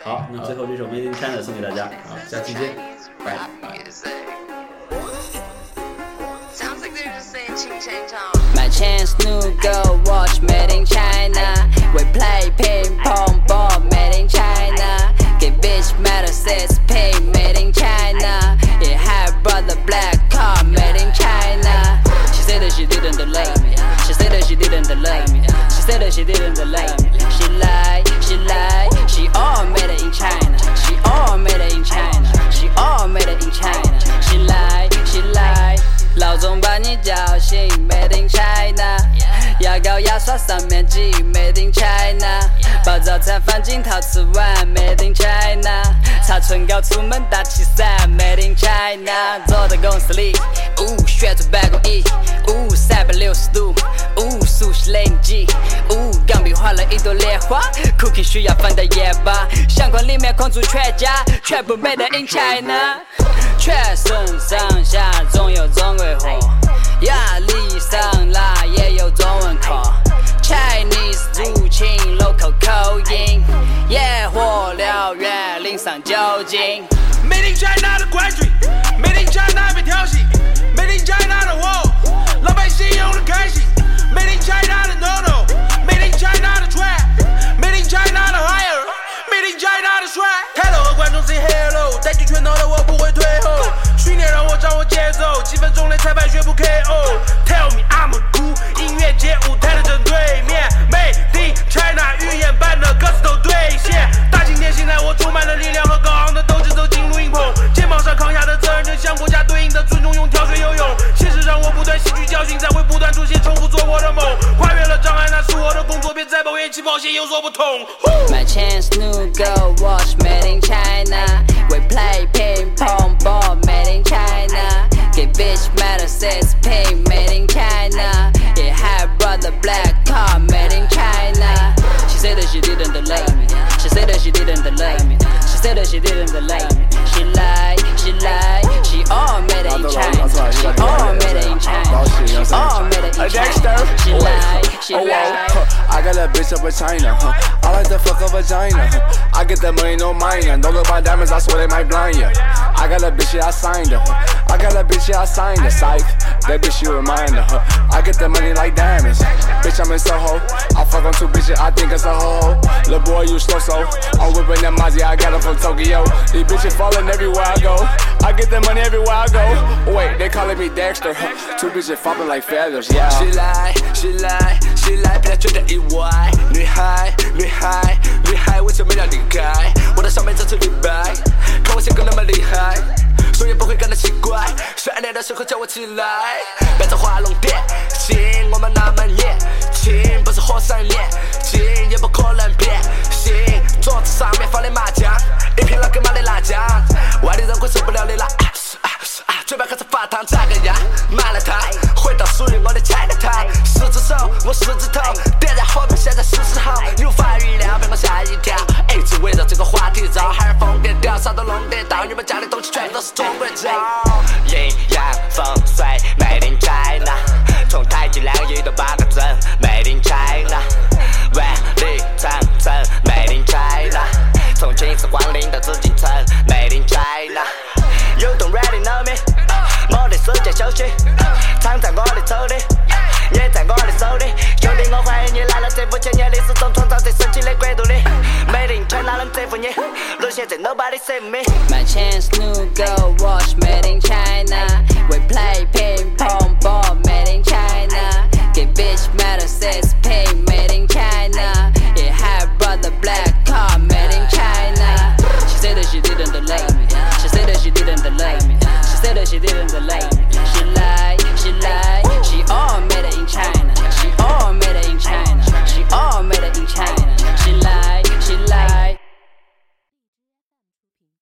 S1: 好，那最后这首《Made in China》送给大家。
S2: 好，下期见，拜。
S3: Sounds like they're just saying ching chang chong.
S4: My chance new girl watch made in China. We play ping pong ball made in China. Get bitch metal says pay made in China. Yeah, her brother black car made in China. She said that she didn't love me. She said that she didn't love me. She said that she didn't love me. She lied, she lied. She all made it in China. She all made it in China. She all made it in China. She lied, she lied. 老总把你叫醒，Made in China，牙膏牙刷上面挤，Made in China，把早餐放进陶瓷碗，Made in China，擦唇膏出门打气伞，Made in China，坐在公司里，呜，旋转办公椅，呜，三百六十度，呜，熟悉累积，呜，钢笔画了一朵莲花，Cookie 需要放在夜吧，相框里面框住全家，全部 Made in China。全身上下总有中国货，压力上来也有中文课。Chinese 入侵 local 口音，野火燎原，淋上酒精。
S5: Made in China 的拐举，Made in China 被挑衅，Made in China 的我，老百姓用的开心，Made in China 的 No No，Made in China 的 Trap，Made in China 的 Higher，Made in China 的帅。Hello 和观众 say hello，带起拳头的我不会退后，训练让我掌握节奏，几分钟内裁判宣布 KO。Tell me I'm a cool，音乐街舞台的正对面，Made in China 预演般的歌词都兑现，大今天醒来我充满了力量和高昂的斗志走进录音棚，肩膀上扛下的责任就像国家对应的尊重，用跳水游泳。现实让我不断吸取教训，才会不断出现重复做过的梦，跨越了障碍，那是我的工作，别再抱怨起跑线有所不同。
S4: My chance new girl watch made in China. We play ping pong ball made in China. Get bitch metal says ping made in China. Yeah, her brother black car made in China. She said that she didn't love me. She said that she didn't love me. She said that she didn't love me. She lied, she lied. She all made it in China. She all made it in China. She all made it in China. She lied, she
S6: Oh, wow.
S4: lied.
S6: Huh. I got that bitch up with China. Huh. I like to fuck a vagina. Huh. I get that money, no mind ya. Don't look my diamonds, I swear they might blind ya. I got that bitch, yeah, I signed her. Huh. I got that bitch, yeah, I signed her. Psych, that bitch, you remind her. Huh. I get that money like diamonds. Bitch, I'm in Soho. I fuck on two bitches, I think it's a ho Lil' boy, you slow so. I'm whipping that Mazzy, I got 'em from Tokyo. These bitches falling everywhere I go. I get that money everywhere I go. Wait, they calling me Dexter. Huh. Two bitches flopping like feathers. Yeah. She lied, she lied, she
S7: 起来，别太觉得意外。女孩，女孩，女孩，为什么要离开？我的伤悲这次明白，看我性格那么厉害，谁也不会感到奇怪。是暗恋的时候叫我起来，别在画龙点睛，我们那么年轻，不是火山年轻，也不可能变心。桌子上面放的麻将，一瓶老干妈的辣酱，外地人会受不了的辣。啊啊嘴巴开始发烫，咋个样？麻了烫，回到属于我的 China Town。十只手，我十指头，点燃火苗，现在是时候。你无法预料，被我吓一跳，一直围绕这个话题绕，海尔风格调，啥都弄得到。你们家的东西全部都是中国造。
S8: 阴阳风水，Made in China，从太极两仪到八个阵，Made in China，万里长城，Made in China，从秦始皇陵到紫禁城，Made in China。You don't really know me，我的世界休息，藏在我的手里，也在我的手里。兄弟，我怀疑你来了这五千年历史中创造最神奇的国度里，Made in China 能折服你，沦陷在 Nobody save me。
S4: My chance new girl watch me